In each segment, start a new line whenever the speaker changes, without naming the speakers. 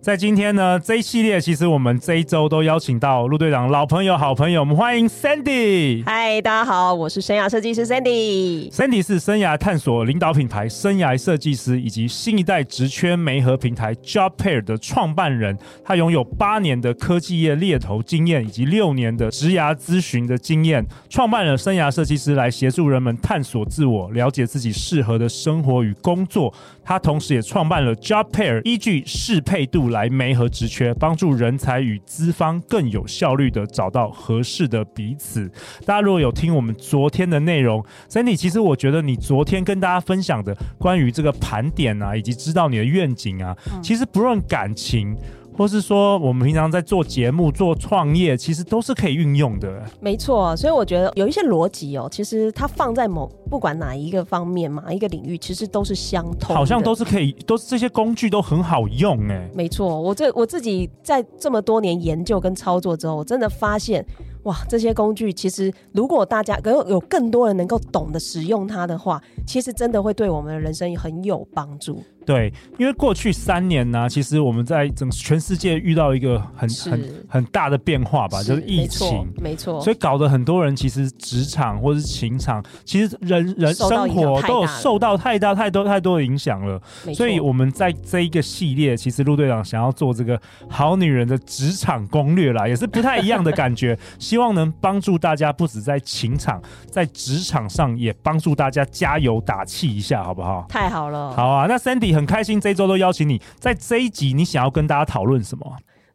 在今天呢，这一系列其实我们这一周都邀请到陆队长老朋友、好朋友，我们欢迎 Sandy。
嗨，大家好，我是生涯设计师 Sandy。
Sandy 是生涯探索领导品牌生涯设计师以及新一代职圈媒合平台 Job Pair 的创办人。他拥有八年的科技业猎头经验以及六年的职涯咨询的经验，创办了生涯设计师来协助人们探索自我，了解自己适合的生活与工作。他同时也创办了 Job Pair，依据适配度来媒合职缺，帮助人才与资方更有效率的找到合适的彼此。大家如果有听我们昨天的内容，Sandy，其实我觉得你昨天跟大家分享的关于这个盘点啊，以及知道你的愿景啊，
嗯
其实不论感情。或是说，我们平常在做节目、做创业，其实都是可以运用的。
没错，所以我觉得有一些逻辑哦，其实它放在某不管哪一个方面、哪一个领域，其实都是相通的，
好像都是可以，都是这些工具都很好用哎、
没错。我这我自己在这么多年研究跟操作之后，我真的发现，哇，这些工具其实如果大家呃有有更多人能够懂得使用它的话，其实真的会对我们的人生很有帮助。
对，因为过去三年呢、其实我们在整全世界遇到一个很
是
很很大的变化吧，就是疫
没错
情。，
没错。
所以搞得很多人其实职场或是情场，其实人人
受到
生
影响
活
太
都有
大了
受到太大太多太多的影响了。
没错
所以我们在这一个系列，其实陆队长想要做这个好女人的职场攻略啦，也是不太一样的感 觉，希望能帮助大家，不止在情场，在职场上也帮助大家加油打气一下，好不好？
太好了，
好啊，那 Sandy 很开心这一周都邀请你，在这一集你想要跟大家讨论什么？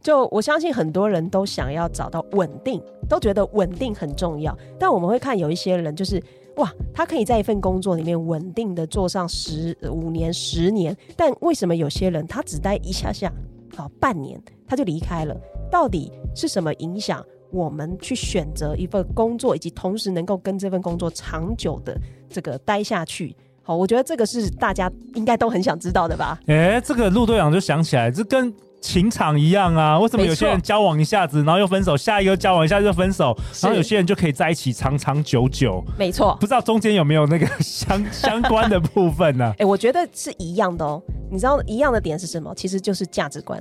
就我相信很多人都想要找到稳定，都觉得稳定很重要。但我们会看有一些人就是。哇，他可以在一份工作里面稳定的做上十五年、十年，但为什么有些人他只待一下下，好半年他就离开了？到底是什么影响我们去选择一份工作，以及同时能够跟这份工作长久的这个待下去？好，我觉得这个是大家应该都很想知道的吧？
哎，这个陆队长就想起来，这跟情场一样啊，为什么有些人
没
交往一下子，然后又分手，下一个又交往一下子就分手，然后有些人就可以在一起长长久久，
没错，
不知道中间有没有那个 相相关的部分呢、
哎、我觉得是一样的哦。你知道一样的点是什么？其实就是价值观。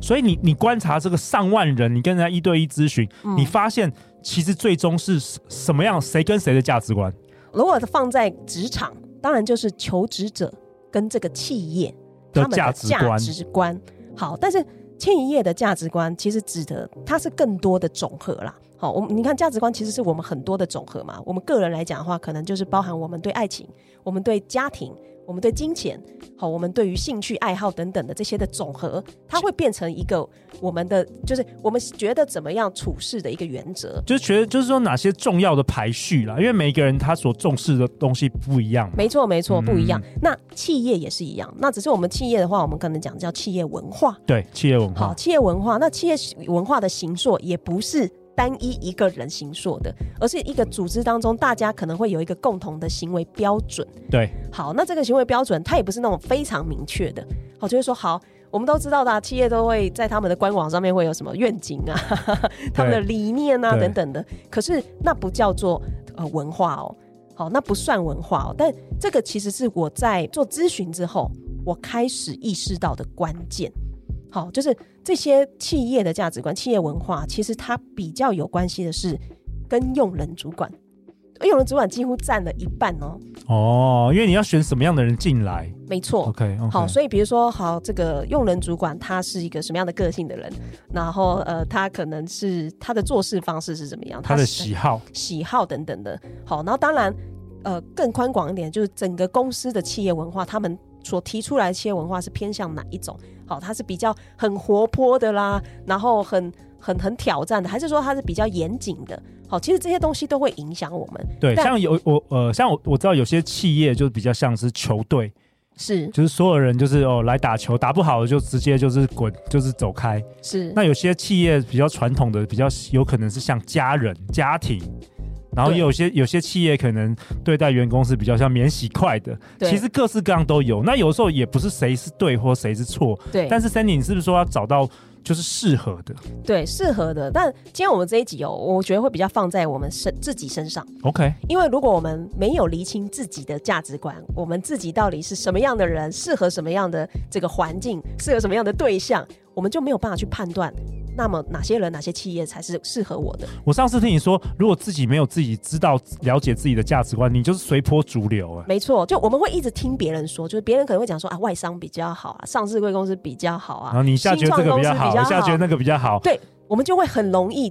所以你你观察这个上万人，你跟人家一对一咨询，
嗯
你发现其实最终是什什么样，谁跟谁的价值观？
如果放在职场，当然就是求职者跟这个企业
的
他们
价
的
值观
价值观。好，但是千业的价值观其实指的它是更多的总和啦。好，我们你看价值观其实是我们很多的总和嘛。我们个人来讲的话，可能就是包含我们对爱情、我们对家庭、我们对金钱、好，我们对于兴趣爱好等等的这些的总和，它会变成一个我们的就是我们觉得怎么样处事的一个原则。
就是觉得就是说哪些重要的排序啦，因为每一个人他所重视的东西不一样嘛。
没错，没错，不一样。那企业也是一样，那只是我们企业的话，我们可能讲叫企业文化。
对，企业文
好，
化，
企业文化，那企业文化的形塑也不是单一一个人形塑的，而是一个组织当中大家可能会有一个共同的行为标准。
对。
好，那这个行为标准它也不是那种非常明确的，好，就会说好。我们都知道的啊、企业都会在他们的官网上面会有什么愿景啊， 他们的理念啊
对
等等的。可是那不叫做呃文化哦，好，那不算文化哦。但这个其实是我在做咨询之后，我开始意识到的关键。好，就是这些企业的价值观、企业文化，其实它比较有关系的是跟用人主管，用人主管几乎占了一半哦。
哦，因为你要选什么样的人进来
没错，
，OK，, o k
好，所以比如说，好，这个用人主管他是一个什么样的个性的人，然后呃，他可能是他的做事方式是怎么样，
他的
喜
喜好，
喜好等等的。好，然后当然，呃，更宽广一点，就是整个公司的企业文化，他们所提出来的企业文化是偏向哪一种？好，它是比较很活泼的啦，然后很很很挑战的，还是说它是比较严谨的？好，其实这些东西都会影响我们。
对，
但
像有我呃，像我我知道有些企业就比较像是球队，
是
就是所有人就是哦来打球，打不好就直接就是滚，就是走开。
是，
那有些企业比较传统的，比较有可能是像家人、家庭。然后也
对
有些有些企业可能对待员工是比较像免洗筷的，
对
其实各式各样都有。那有时候也不是谁是对或谁是错，
对，
但是 Sandy，你是不是说要找到就是适合的
对适合的。但今天我们这一集哦，我觉得会比较放在我们身自己身上，
？OK，
因为如果我们没有厘清自己的价值观，我们自己到底是什么样的人，适合什么样的这个环境，适合什么样的对象，我们就没有办法去判断。那么哪些人、哪些企业才是适合我的？
我上次听你说，如果自己没有自己知道了解自己的价值观，你就是随波逐流哎、
没错，就我们会一直听别人说，就是别人可能会讲说啊，外商比较好啊，上市贵公司比较好啊，
然后你一下觉得这个比较好，一
新创公司比
下觉得那个比较好，
对，我们就会很容易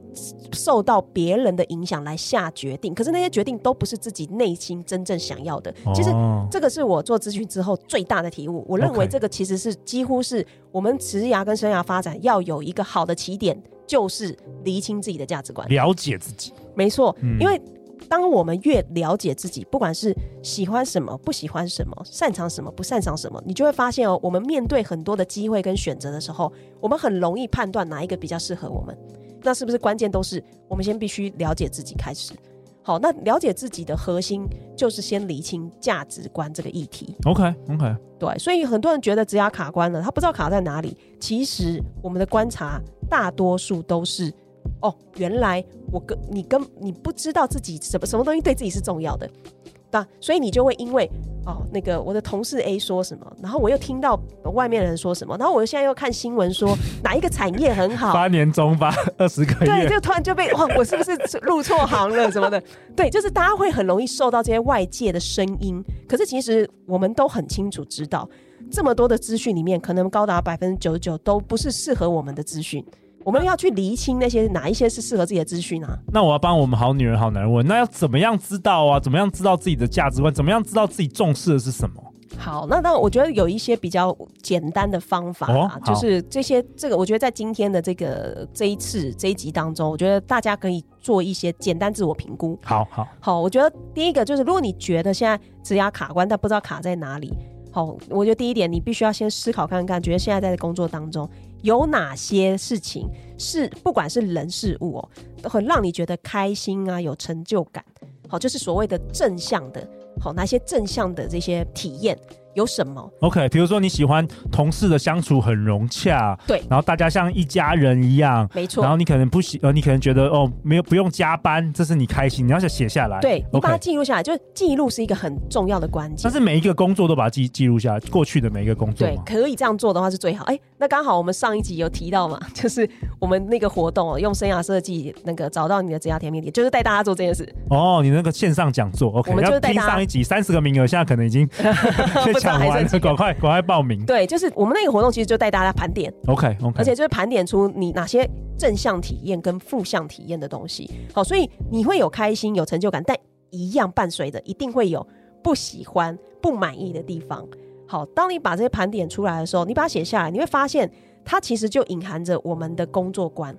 受到别人的影响来下决定。可是那些决定都不是自己内心真正想要的。其实
哦
这个是我做咨询之后最大的体悟。我认
OK
为这个其实是几乎是我们职涯跟生涯发展要有一个好的起点，就是厘清自己的价值观。
了解自己，
没错，
嗯
因为当我们越了解自己，不管是喜欢什么、不喜欢什么、擅长什么、不擅长什么，你就会发现哦，我们面对很多的机会跟选择的时候，我们很容易判断哪一个比较适合我们。那是不是关键都是我们先必须了解自己开始？好，那了解自己的核心就是先厘清价值观这个议题。
OK OK，
对，所以很多人觉得职涯卡关了，他不知道卡在哪里。其实我们的观察，大多数都是，哦，原来我跟你跟你不知道自己什么什么东西对自己是重要的，对吧，所以你就会因为哦，那个我的同事 A 说什么，然后我又听到外面人说什么，然后我现在又看新闻说哪一个产业很好，
八年中发二十个
对，
月，
就突然就被哇，我是不是入错行了什 么的？对，就是大家会很容易受到这些外界的声音。可是其实我们都很清楚知道，这么多的资讯里面，可能高达百分之九十九都不是适合我们的资讯。我们要去厘清那些哪一些是适合自己的资讯啊？
那我要帮我们好女人好男人问，那要怎么样知道啊？怎么样知道自己的价值观？怎么样知道自己重视的是什么？
好，那那我觉得有一些比较简单的方法啊，
哦好
就是这些这个，我觉得在今天的这个这一次这一集当中，我觉得大家可以做一些简单自我评估。
好好，
好，我觉得第一个就是，如果你觉得现在职涯卡关，但不知道卡在哪里，好，我觉得第一点，你必须要先思考看看，觉得现在在工作当中有哪些事情是不管是人事物哦，都很让你觉得开心啊，有成就感。好，就是所谓的正向的，好，哪些正向的这些体验有什么？
OK，比如说你喜欢同事的相处很融洽，
对
然后大家像一家人一样，
没错
然，后你可能不喜，呃，你可能觉得哦，没有不用加班，这是你开心，你要想写下来。
对你把它
，OK。
记录下来，就是记录是一个很重要的关键
但。是每一个工作都把它记记录下来，过去的每一个工作
对
嘛，。
可以这样做的话是最好。哎、那刚好我们上一集有提到嘛， 就是我们那个活动哦，用生涯设计那个找到你的职涯甜蜜点，就是带大家做这件事。
哦，你那个线上讲座，OK，
我们就
要
是带
听
大家
上一集三十个名额，现在可能 已经被
不知道
抢
还
完
剩几
了，
个
赶快赶快报名。
对，就是我们那个活动其实就带大家盘点，
OK
而
OK，
且就是盘点出你哪些正向体验跟负向体验的东西。好，所以你会有开心、有成就感，但一样伴随着一定会有不喜欢、不满意的地方。好，当你把这些盘点出来的时候，你把它写下来，你会发现它其实就隐含着我们的工作观、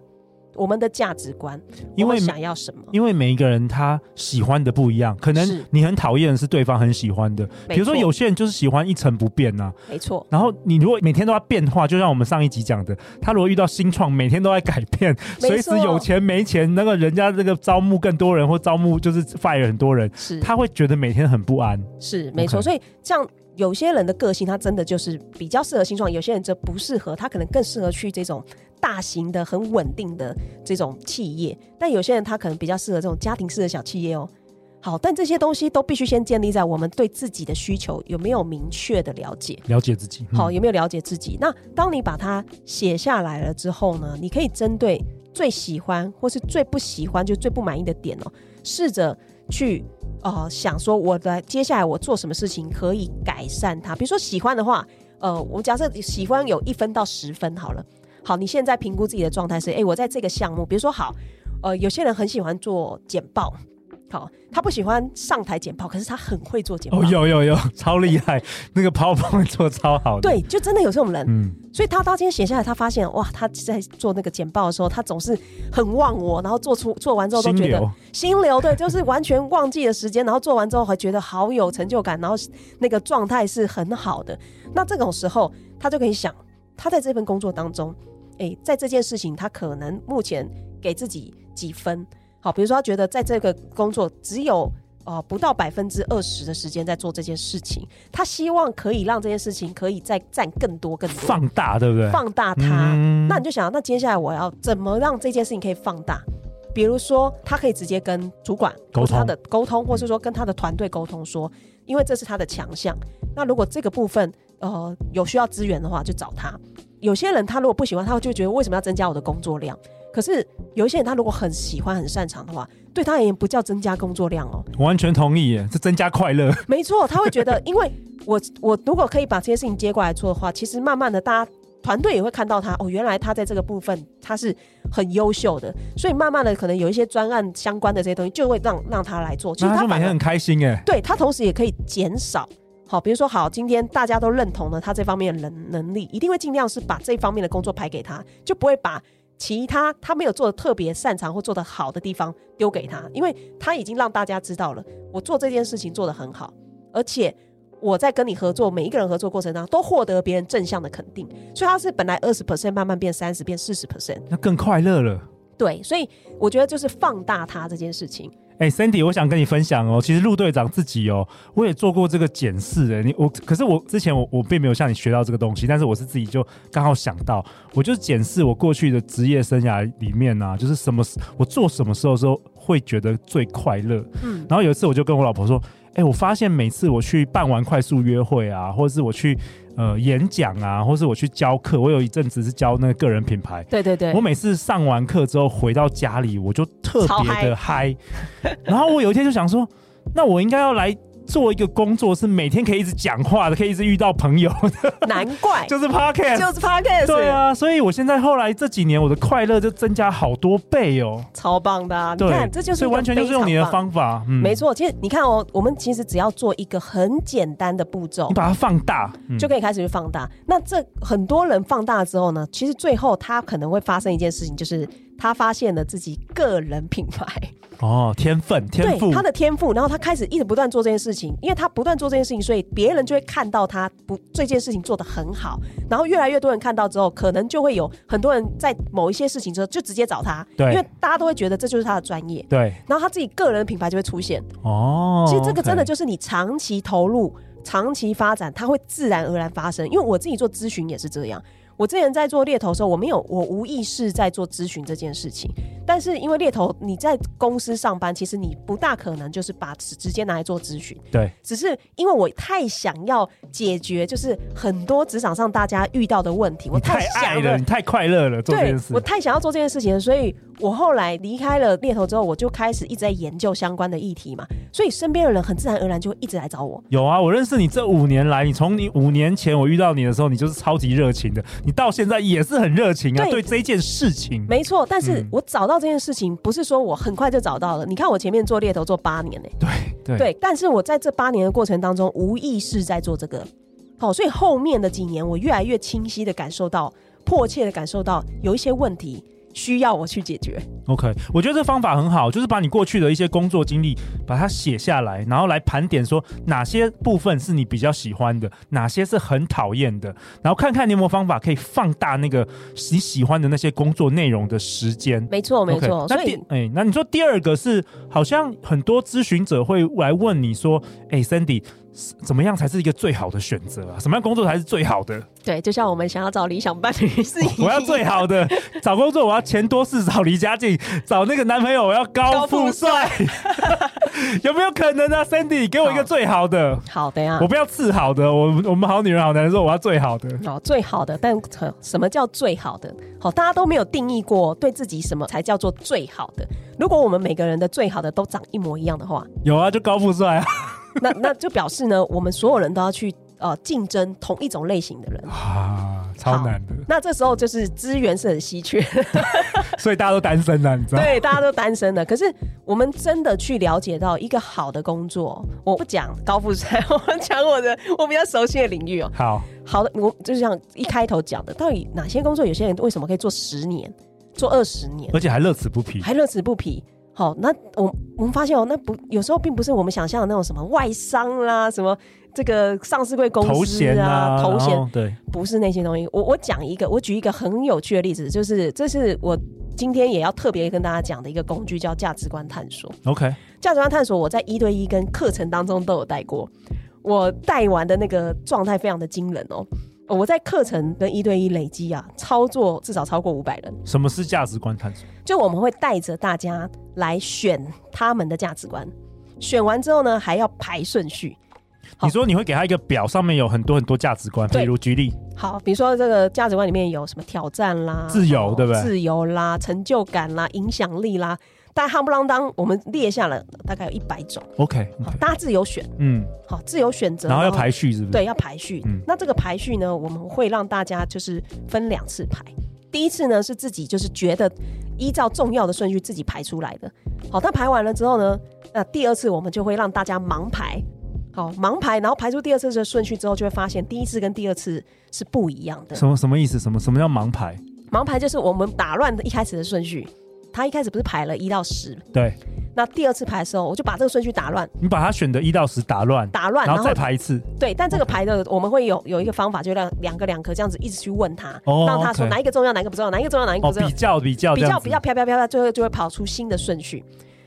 我们的价值观，
因为
我们想要什么。
因为每一个人他喜欢的不一样，可能
是
你很讨厌的是对方很喜欢的，比
没
如说
错
有些人就是喜欢一成不变呐、
没错，
然后你如果每天都要变化，就像我们上一集讲的，他如果遇到新创，每天都在改变，
没错
随时有钱没钱，那个人家这个招募更多人或招募就是 fire 很多人，
是
他会觉得每天很不安。
是没错。
OK
所以像有些人的个性，他真的就是比较适合新创；有些人则不适合，他可能更适合去这种大型的、很稳定的这种企业。但有些人他可能比较适合这种家庭式的小企业哦。好，但这些东西都必须先建立在我们对自己的需求有没有明确的了解。
了解自己，嗯
好，有没有了解自己？那当你把它写下来了之后呢，你可以针对最喜欢或是最不喜欢，就最不满意的点哦，试着去呃想说我的接下来我做什么事情可以改善它。比如说喜欢的话，呃，我假设喜欢有一分到十分好了。好，你现在评估自己的状态是，诶，我在这个项目，比如说好，呃，有些人很喜欢做简报，好，他不喜欢上台简报，可是他很会做简报。
哦，有有有，超厉害，那个 PowerPoint 做超好的。
对，就真的有这种人，
嗯，
所以他到今天写下来，他发现哇，他在做那个简报的时候，他总是很忘我，然后做出做完之后都
心
觉得
流，
心流，对， 就是完全忘记了时间，然后做完之后还觉得好有成就感，然后那个状态是很好的。那这种时候，他就可以想，他在这份工作当中，诶，在这件事情，他可能目前给自己几分？好，比如说他觉得在这个工作只有。呃，不到百分之二十的时间在做这件事情，他希望可以让这件事情可以再占更多更多，
放大，对不对？
放大它。
嗯
那你就想，那接下来我要怎么让这件事情可以放大？比如说，他可以直接跟主管
沟通
或是他的沟通，或是说跟他的团队沟通说，因为这是他的强项。那如果这个部分呃有需要资源的话，就找他。有些人他如果不喜欢，他就觉得为什么要增加我的工作量？可是有一些人他如果很喜欢、很擅长的话，对他而言不叫增加工作量哦，
我完全同意耶，这增加快乐。
没错，他会觉得，因为我我如果可以把这些事情接过来做的话，其实慢慢的大家。团队也会看到他哦，原来他在这个部分他是很优秀的，所以慢慢的可能有一些专案相关的这些东西就会让让他来做。其实
那他
他
就每
反
天
而
很开心哎，
对他同时也可以减少，好，比如说好，今天大家都认同了他这方面的能能力，一定会尽量是把这方面的工作排给他，就不会把其他他没有做的特别擅长或做的好的地方丢给他，因为他已经让大家知道了，我做这件事情做得很好，而且。我在跟你合作，每一个人合作过程当中都获得别人正向的肯定，所以他是本来二十 percent 慢慢变三十，变四十 percent。
那更快乐了。
对，所以我觉得就是放大他这件事情。
哎、c i n d y 我想跟你分享哦，其实陆队长自己哦，我也做过这个检视哎，你我可是我之前我我并没有向你学到这个东西，但是我是自己就刚好想到，我就检视我过去的职业生涯里面啊，就是什么时我做什么时候时候会觉得最快乐，
嗯，
然后有一次我就跟我老婆说，哎、我发现每次我去办完快速约会啊，或者是我去呃演讲啊，或是我去教课，我有一阵子是教那个个人品牌，
对对对
我，每次上完课之后回到家里，我就特
超
别的嗨。然后我有一天就想说， 那我应该要来做一个工作，是每天可以一直讲话的，可以一直遇到朋友的，
难怪
就是 podcast。
就是 podcast，
对啊，所以我现在后来这几年我的快乐就增加好多倍哦。
超棒的、啊，你
对
看，这就是
所
一
以
个
完全就是用你
非
的
常棒。
方法，嗯，
没，错，其实你看哦，我们其实只要做一个很简单的步骤
你，把它放大，嗯
就可以开始去放大。那这很多人放大之后呢，其实最后他可能会发生一件事情，就是他发现了自己个人品牌，
哦，天分天赋
对，他的天赋，然后他开始一直不断做这件事情，因为他不断做这件事情，所以别人就会看到他不这件事情做得很好，然后越来越多人看到之后，可能就会有很多人在某一些事情之后就直接找他，
对
因为大家都会觉得这就是他的专业。
对
然后他自己个人的品牌就会出现。
哦，
其实这个
OK
真的就是你长期投入、长期发展，它会自然而然发生。因为我自己做咨询也是这样。我之前在做猎头的时候，我没有，我无意识在做咨询这件事情。但是因为猎头你在公司上班，其实你不大可能就是把直直接拿来做咨询，
对
只是因为我太想要解决就是很多职场上大家遇到的问题，我
你太爱
想
了，你太快乐了，做这
对
件事
我太想要做这件事情了，所以我后来离开了猎头之后，我就开始一直在研究相关的议题嘛，所以身边的人很自然而然就会一直来找我。
有啊，我认识你这五年来，你从你五年前我遇到你的时候，你就是超级热情的，你到现在也是很热情啊，对
对
这件事情，
没错，但是
嗯
我找到这件事情，不是说我很快就找到了。你看我前面做猎头做八年呢、
对对
对，但是我在这八年的过程当中，无意识在做这个，好、所以后面的几年，我越来越清晰的感受到，迫切的感受到有一些问题需要我去解决。
o k 我觉得这方法很好，就是把你过去的一些工作经历把它写下来，然后来盘点说哪些部分是你比较喜欢的，哪些是很讨厌的，然后看看你有没有方法可以放大那个你喜欢的那些工作内容的时间。
没错，哦没错
OK，那
所
第
以
哎、那你说第二个是，好像很多咨询者会来问你说，哎、c i n d y 怎么样才是一个最好的选择啊？什么样工作才是最好的？
对，就像我们想要找理想伴侣是一样，
我要最好 的找工作，我要钱多事少，离家近，找那个男朋友我要高
高
富
富
帅， 有没有可能啊？Sandy，给我一个
好
最好的，
好，等一下
我不要次好的，我我们好女人好男人说我要最好的。
哦，最好的，但呃什么叫最好的？好，大家都没有定义过对自己什么才叫做最好的。如果我们每个人的最好的都长一模一样的话，
有啊，就高富帅啊，
那那就表示呢，我们所有人都要去呃竞争同一种类型的人。
啊， 超难的，
那这时候就是资源是很稀 缺，
所以大家都单身了，啊你知道？
对，大家都单身的。可是我们真的去了解到一个好的工作，我不讲高富帅， 我讲我的我比较熟悉的领域哦。
好，
好的，我就像一开头讲的，到底哪些工作，有些人为什么可以做十年、做二十年，
而且还乐此不疲。
还乐此不疲？好，那我我们发现哦，那不有时候并不是我们想象的那种什么外商啦，什么这个上市贵公
头
司
衔
啊，
啊，
头衔
然后对，
不是那些东西。我我讲一个，我举一个很有趣的例子，就是这是我今天也要特别跟大家讲的一个工具，叫价值观探索。
OK，
价值观探索，我在一对一跟课程当中都有带过，我带完的那个状态非常的惊人哦。我在课程跟一对一累积啊，操作至少超过五百人。
什么是价值观探索？
就我们会带着大家来选他们的价值观，选完之后呢，还要排顺序。好
你说你会给他一个表，上面有很多很多价值观，
对
比如举例，
好，比如说这个价值观里面有什么挑战啦、
自由
哦
对不对
自由啦、成就感啦、影响力啦，但夯不啷当，我们列下了大概有一百种，
OK，
好大家自由选，
嗯，
好，自由选择，
然后要排序是不是？
对，要排序。
嗯
那这个排序呢，我们会让大家就是分两次排。第一次呢是自己就是觉得依照重要的顺序自己排出来的。好，但排完了之后呢，那第二次我们就会让大家盲排。好，盲排，然后排出第二次的顺序之后，就会发现第一次跟第二次是不一样的。
什么什么意思？什么什么叫盲排？
盲排就是我们打乱的一开始的顺序。他一开始不是排了一到十，
对
那第二次排的时候，我就把这个顺序打乱，
你把他选的一到十打乱，
打乱，
然
然
后
后
再排一次。
对，但这个牌的我们会有有一个方法，就让两个两个这样子一直去问他，
哦
让他说
OK
哪一个重要，哪一个不重要，哪一个重要，哪一个
哦，
不重要，
比较比较
比
这
较
样子
比较飘飘飘飘，最后就会跑出新的顺序。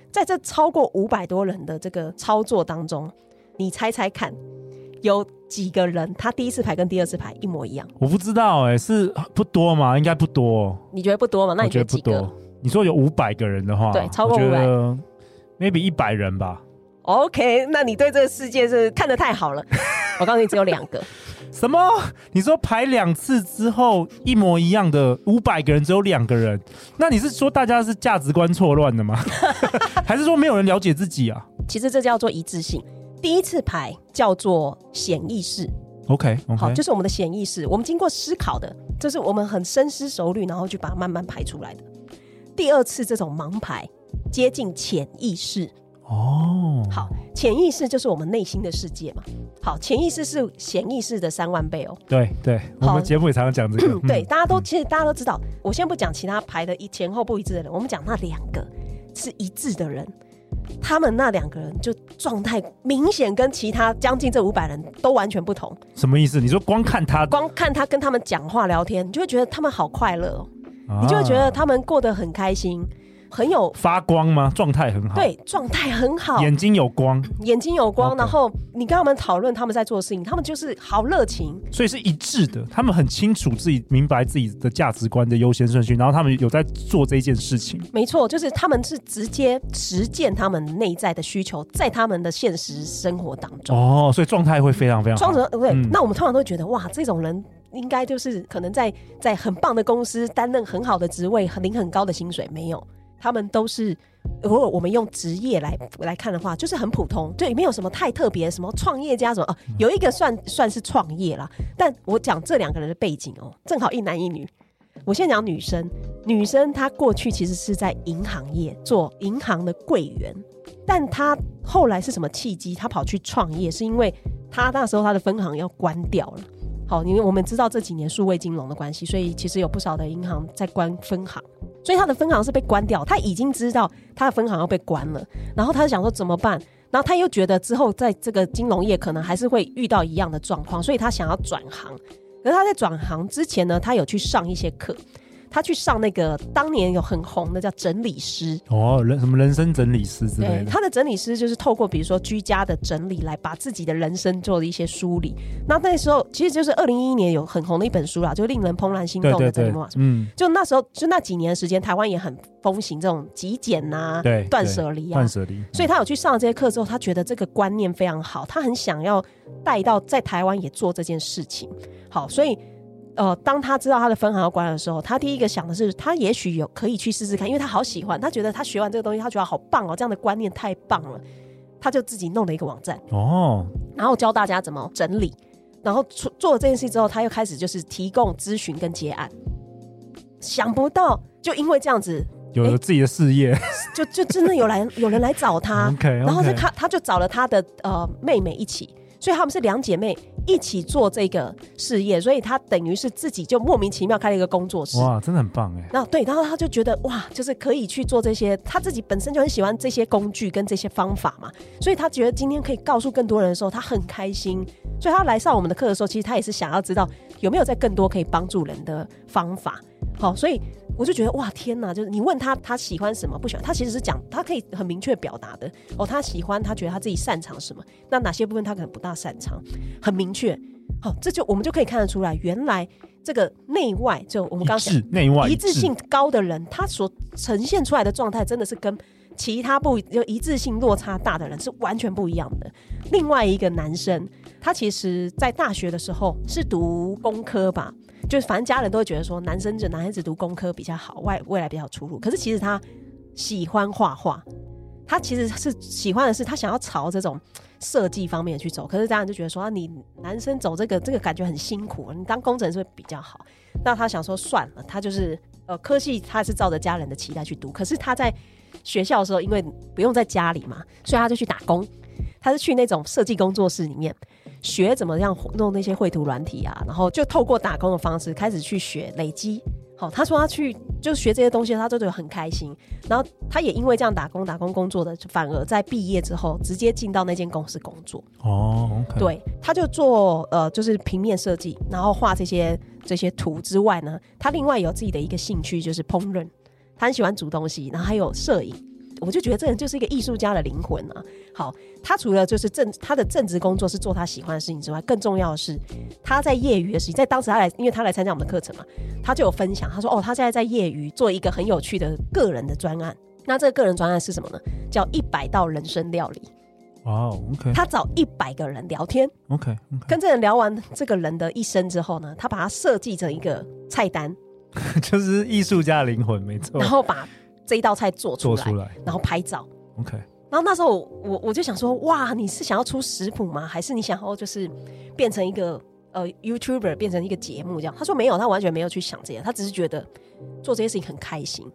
在这超过五百多人的这个操作当中，你猜猜看，有几个人他第一次牌跟第二次牌一模一样？
我不知道哎、是不多吗？应该不多、哦
你觉得不多吗？那
我
你
觉
觉得
得不
几个
多。你说有五百个人的话，
对超过
我觉
500
得，maybe 一百人吧，
？OK，那你对这个世界是看得太好了。我告诉你，只有两个。
什么？你说排两次之后一模一样的五百个人只有两个人，那你是说大家是价值观错乱 的吗？还是说没有人了解自己啊
其实这叫做一致性。第一次牌叫做显意识，
？OK
好，就
OK，
是我们的潜意识，我们经过思考的，这是我们很深思熟虑，然后去把它慢慢排出来的。第二次这种盲排，接近潜意识。
哦，
好，潜意识就是我们内心的世界嘛。好，潜意识是潜意识的三万倍哦。
对对，我
好
们节目也常常讲这 个，嗯
对，，大家都其实大家都知道，我先不讲其他排的一前后不一致的人，我们讲那两个是一致的人，他们那两个人就状态明显跟其他将近这五百人都完全不同。
什么意思？你说光看他，
光看他跟他们讲话聊天，你就会觉得他们好快乐、哦。
你
你就会觉
啊
得他们过得很开心，很有
发光吗？状态很好，，
对状态很好，眼
眼睛有光，
睛有光。
OK
然后你跟他们讨论他们在做的事情，他们就是好热情。
所以是一致的。他们很清楚自己明白自己的价值观的优先顺序，然后他们有在做这件事情。
没错，就是他们是直接实践他们内在的需求，在他们的现实生活当中。
哦，所以状态会非常非常好
双。子对，
嗯
那我们通常都会觉得哇，这种人应该就是可能在在很棒的公司担任很好的职位，很领很高的薪水。没有，他们都是如果我们用职业来来看的话，就是很普通，对，没有什么太特别，什么创业家什么哦、有一个算算是创业啦。但我讲这两个人的背景哦，正好一男一女。我先讲女生，女生她过去其实是在银行业做银行的柜员，但她后来是什么契机？她跑去创业，是因为她那时候她的分行要关掉了。好，因为我们知道这几年数位金融的关系，所以其实有不少的银行在关分行，所以她的分行是被关掉。她已经知道她的分行要被关了，然后她就想说怎么办？然后她又觉得之后在这个金融业可能还是会遇到一样的状况，所以她想要转行。可是她在转行之前呢，她有去上一些课，她去上那个当年有很红的叫整理师，
哦，人什么人生整理师之类的。
对，他的整理师就是透过比如说居家的整理来把自己的人生做的一些梳理。那那时候其实就是二零一一年有很红的一本书啦，就令人怦然心
对
动的
对
整理
对
魔法，书。
嗯，
就那时候就那几年的时间，台湾也很风行这种极简呐、
对，
断
对
舍离啊
断。舍离。嗯
所以他有去上这些课之后，他觉得这个观念非常好，他很想要带到在台湾也做这件事情。好，所以呃，当他知道他的分行要关的时候，他第一个想的是，他也许有可以去试试看，因为他好喜欢，他觉得他学完这个东西，他觉得好棒哦，这样的观念太棒了，他就自己弄了一个网站，
哦，
然后教大家怎么整理。然后做做了这件事之后，他又开始就是提供咨询跟接案。想不到，就因为这样子，
有了自己的事 业。
就就真的有来 有人来找他
OK，OK
然后是他他就找了他的呃妹妹一起，所以他们是两姐妹一起做这个事业，所以他等于是自己就莫名其妙开了一个工作室。
哇，真的很棒哎！
那对，然后他就觉得哇，就是可以去做这些，他自己本身就很喜欢这些工具跟这些方法嘛，所以他觉得今天可以告诉更多人的时候，他很开心。所以他来上我们的课的时候，其实他也是想要知道有没有在更多可以帮助人的方法。好，所以我就觉得哇，天哪！就是你问他他喜欢什么，不喜欢，他其实是讲他可以很明确表达的哦，他喜欢，他觉得他自己擅长什么，那哪些部分他可能不大擅长，很明确。好、这就我们就可以看得出来，原来这个内外就我们刚
一
刚讲
致内外
一致性高的人，他所呈现出来的状态真的是跟其他不就一致性落差大的人是完全不一样的。另外一个男生，他其实在大学的时候是读工科吧， 就是反正家人都会觉得说男生就男孩子读工科比较好，外未来比较有出路。可是其实他喜欢画画，他其实是喜欢的是他想要朝这种设计方面去走。可是家人就觉得说、啊、你男生走这个这个感觉很辛苦，你当工程师会比较好。那他想说算了，他就是呃科系他是照着家人的期待去读，可是他在学校的时候，因为不用在家里嘛，所以他就去打工。他是去那种设计工作室里面学怎么样弄那些绘图软体啊，然后就透过打工的方式开始去学累积。好，他说他去就学这些东西，他就觉得很开心。然后他也因为这样打工打工工作的，反而在毕业之后直接进到那间公司工作。
哦，OK，，
对，他就做呃，就是平面设计，然后画这些这些图之外呢，他另外有自己的一个兴趣就是烹饪，他很喜欢煮东西，然后还有摄影。我就觉得这人就是一个艺术家的灵魂啊！好，他除了就是正他的正职工作是做他喜欢的事情之外，更重要的是他在业余的事情，在当时他来，因为他来参加我们的课程嘛，他就有分享，他说哦，他现在在业余做一个很有趣的个人的专案。那这个个人专案是什么呢？叫一百道人生料理。
哇哦，OK，OK，OK，
他找一百个人聊天，
OK，
跟这人聊完这个人的一生之后呢，他把它设计成一个菜单，
OK，就是艺术家的灵魂，没错
然，后把这一道菜做出
哦 做
来，
出来
然后拍照。
，OK，
然后那时候我我我就想说，哇，你是想要出食谱吗？还是你想要就是变成一个呃 YouTuber，变成一个节目这样？他说没有，他完全没有去想这些，他只是觉得做这些事情很开心。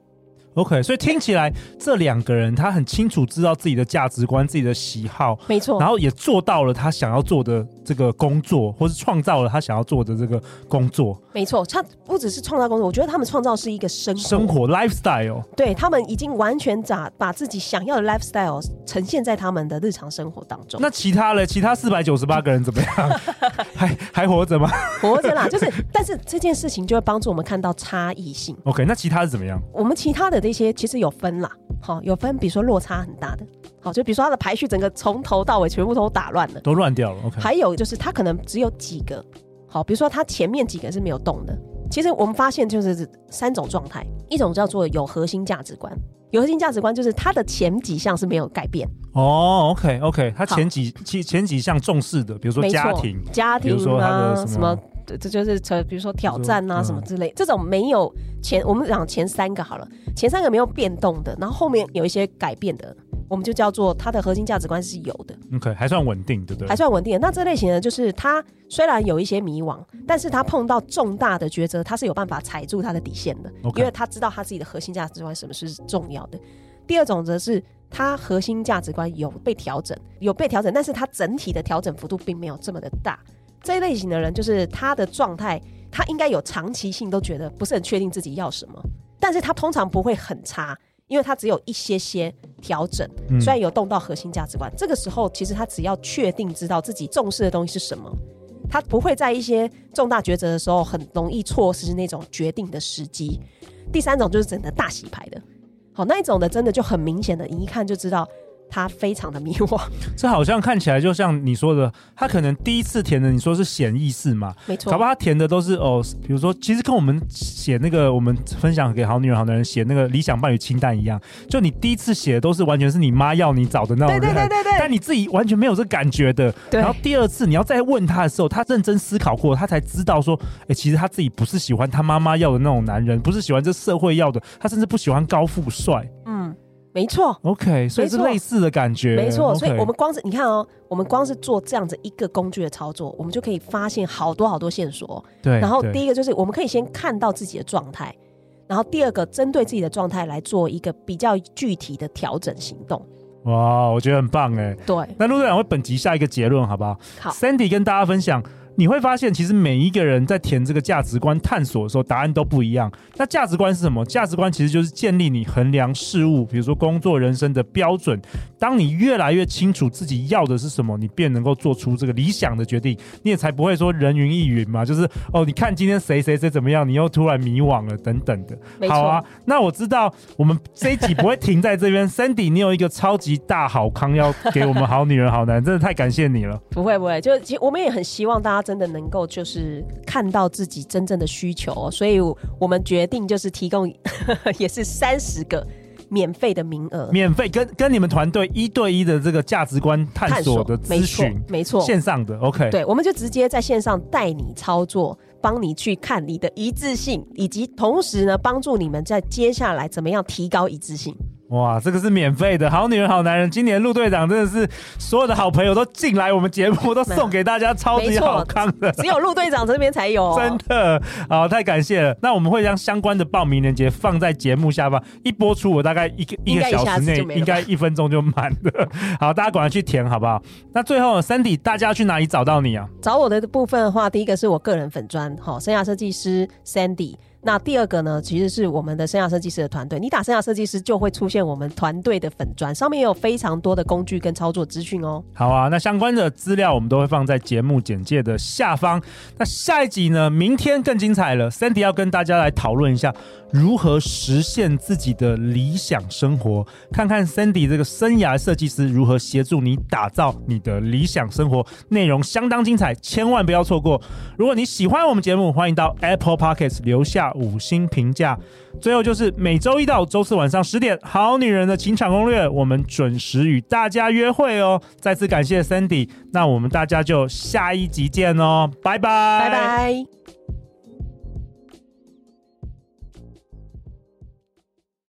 OK，所以听起来这两个人他很清楚知道自己的价值观、自己的喜好，
没错，
然后也做到了他想要做的这个工作，或是创造了他想要做的这个工作
没错，他不只是创造工作，我觉得他们创造是一个生活，
生活 lifestyle。
对他们已经完全把把自己想要的 lifestyle 呈现在他们的日常生活当中。
那其他嘞？其他四百九十八个人怎么样？ 还还活着吗
活着啦，就是， 但是这件事情就会帮助我们看到差异性。
？OK，那其他是怎么样？
我们其他的这些其实有分啦，好、有分，比如说落差很大的，好、就比如说它的排序整个从头到尾全部都打乱了，
都乱掉了。OK，
还有就是它可能只有几个，好、比如说它前面几个是没有动的。其实我们发现就是三种状态，一种叫做有核心价值观，有核心价值观就是它的前几项是没有改变，
哦，OK OK，他
好
前几前前几项重视的，比如说
没错
家庭，
家
比如
庭
说他
啊
的什
什
么
么。对这就是这，比如说挑
比如说
战啊
嗯
什么之类，这种没有前我们讲前三个好了，前三个没有变动的，然后后面有一些改变的，我们就叫做它的核心价值观是有的，
OK，还算稳定，对不对
还？算稳定的。那这类型呢，就是他虽然有一些迷惘，但是他碰到重大的抉择，他是有办法踩住他的底线的
OK
因为他知道他自己的核心价值观什么是重要的。第二种则是他核心价值观有被调整，有被调整，但是他整体的调整幅度并没有这么的大。这一类型的人，就是他的状态，他应该有长期性都觉得不是很确定自己要什么，但是他通常不会很差，因为他只有一些些调整，
嗯
虽然有动到核心价值观。这个时候，其实他只要确定知道自己重视的东西是什么，他不会在一些重大抉择的时候很容易错失那种决定的时机。第三种就是整个大洗牌的，好那一种的真的就很明显的，你一看就知道他非常的迷惘，
这好像看起来就像你说的，他可能第一次填的你说是潜意识嘛，
没错
搞不，好他填的都是哦，比如说，其实跟我们写那个我们分享给好女人、好男人写那个理想伴侣清单一样，就你第一次写的都是完全是你妈要你找的那种
对
人，
对对对对，
但你自己完全没有这感觉的。
对
然后第二次你要再问他的时候，他认真思考过，他才知道说，哎、其实他自己不是喜欢他妈妈要的那种男人，不是喜欢这社会要的，他甚至不喜欢高富帅。
嗯，没错，
OK，所以是
没错
类似的感觉，
没错，
OK
所以我们光是你看哦，我们光是做这样子一个工具的操作，我们就可以发现好多好多线索哦。
对，
然后
对
第一个就是我们可以先看到自己的状态，然后第二个针对自己的状态来做一个比较具体的调整行动。
哇，我觉得很棒哎。
对，
那陆队长为本集下一个结论好不好
好
？Sandy 跟大家分享，你会发现其实每一个人在填这个价值观探索的时候，答案都不一样。那价值观是什么？价值观其实就是建立你衡量事物，比如说工作、人生的标准。当你越来越清楚自己要的是什么，你便能够做出这个理想的决定，你也才不会说人云亦云嘛。就是哦，你看今天谁谁谁怎么样，你又突然迷惘了等等的。
没
好
错
啊，那我知道我们这一集不会停在这边。Sandy，你有一 个超级大好康要给我们好女人好男，真的太感谢你了。
不会不会，就其实我们也很希望大家真的能够就是看到自己真正的需求哦、所以我们决定就是提供 也是三十个免费的名额
免费跟跟你们团队一对一的这个价值观探索的咨
没错
询，
没错，
线上的 OK，
对，我们就直接在线上带你操作，帮你去看你的一致性，以及同时呢，帮助你们在接下来怎么样提高一致性。
哇，这个是免费的，好女人好男人。今年陆队长真的是所有的好朋友都进来我们节目，都送给大家超级
没错
好康 的。
只有陆队长这边才有、哦
真的，好，太感谢了。那我们会将相关的报名链接放在节目下方，一播出我大概一个一
应
个
该一
小
下
时
子
内
就没，了
应该一分钟就满了。 好，大家赶快去填好不好？那最后，Sandy，大家要去哪里找到你啊？
找我的部分的话，第一个是我个人粉砖，好、生涯设计师 Sandy。那第二个呢，其实是我们的生涯设计师的团队。你打生涯设计师就会出现我们团队的粉砖，上面也有非常多的工具跟操作资讯哦。
好啊，那相关的资料我们都会放在节目简介的下方。那下一集呢，明天更精彩了，Sandy 要跟大家来讨论一下如何实现自己的理想生活，看看 Sandy 这个生涯设计师如何协助你打造你的理想生活。内容相当精彩，千万不要错过。如果你喜欢我们节目，欢迎到 Apple Podcasts 留下五星评价。最后就是每周一到周四晚上十点，《好女人的情场攻略》，我们准时与大家约会哦。再次感谢 Sandy，那我们大家就下一集见哦，拜拜，
拜拜。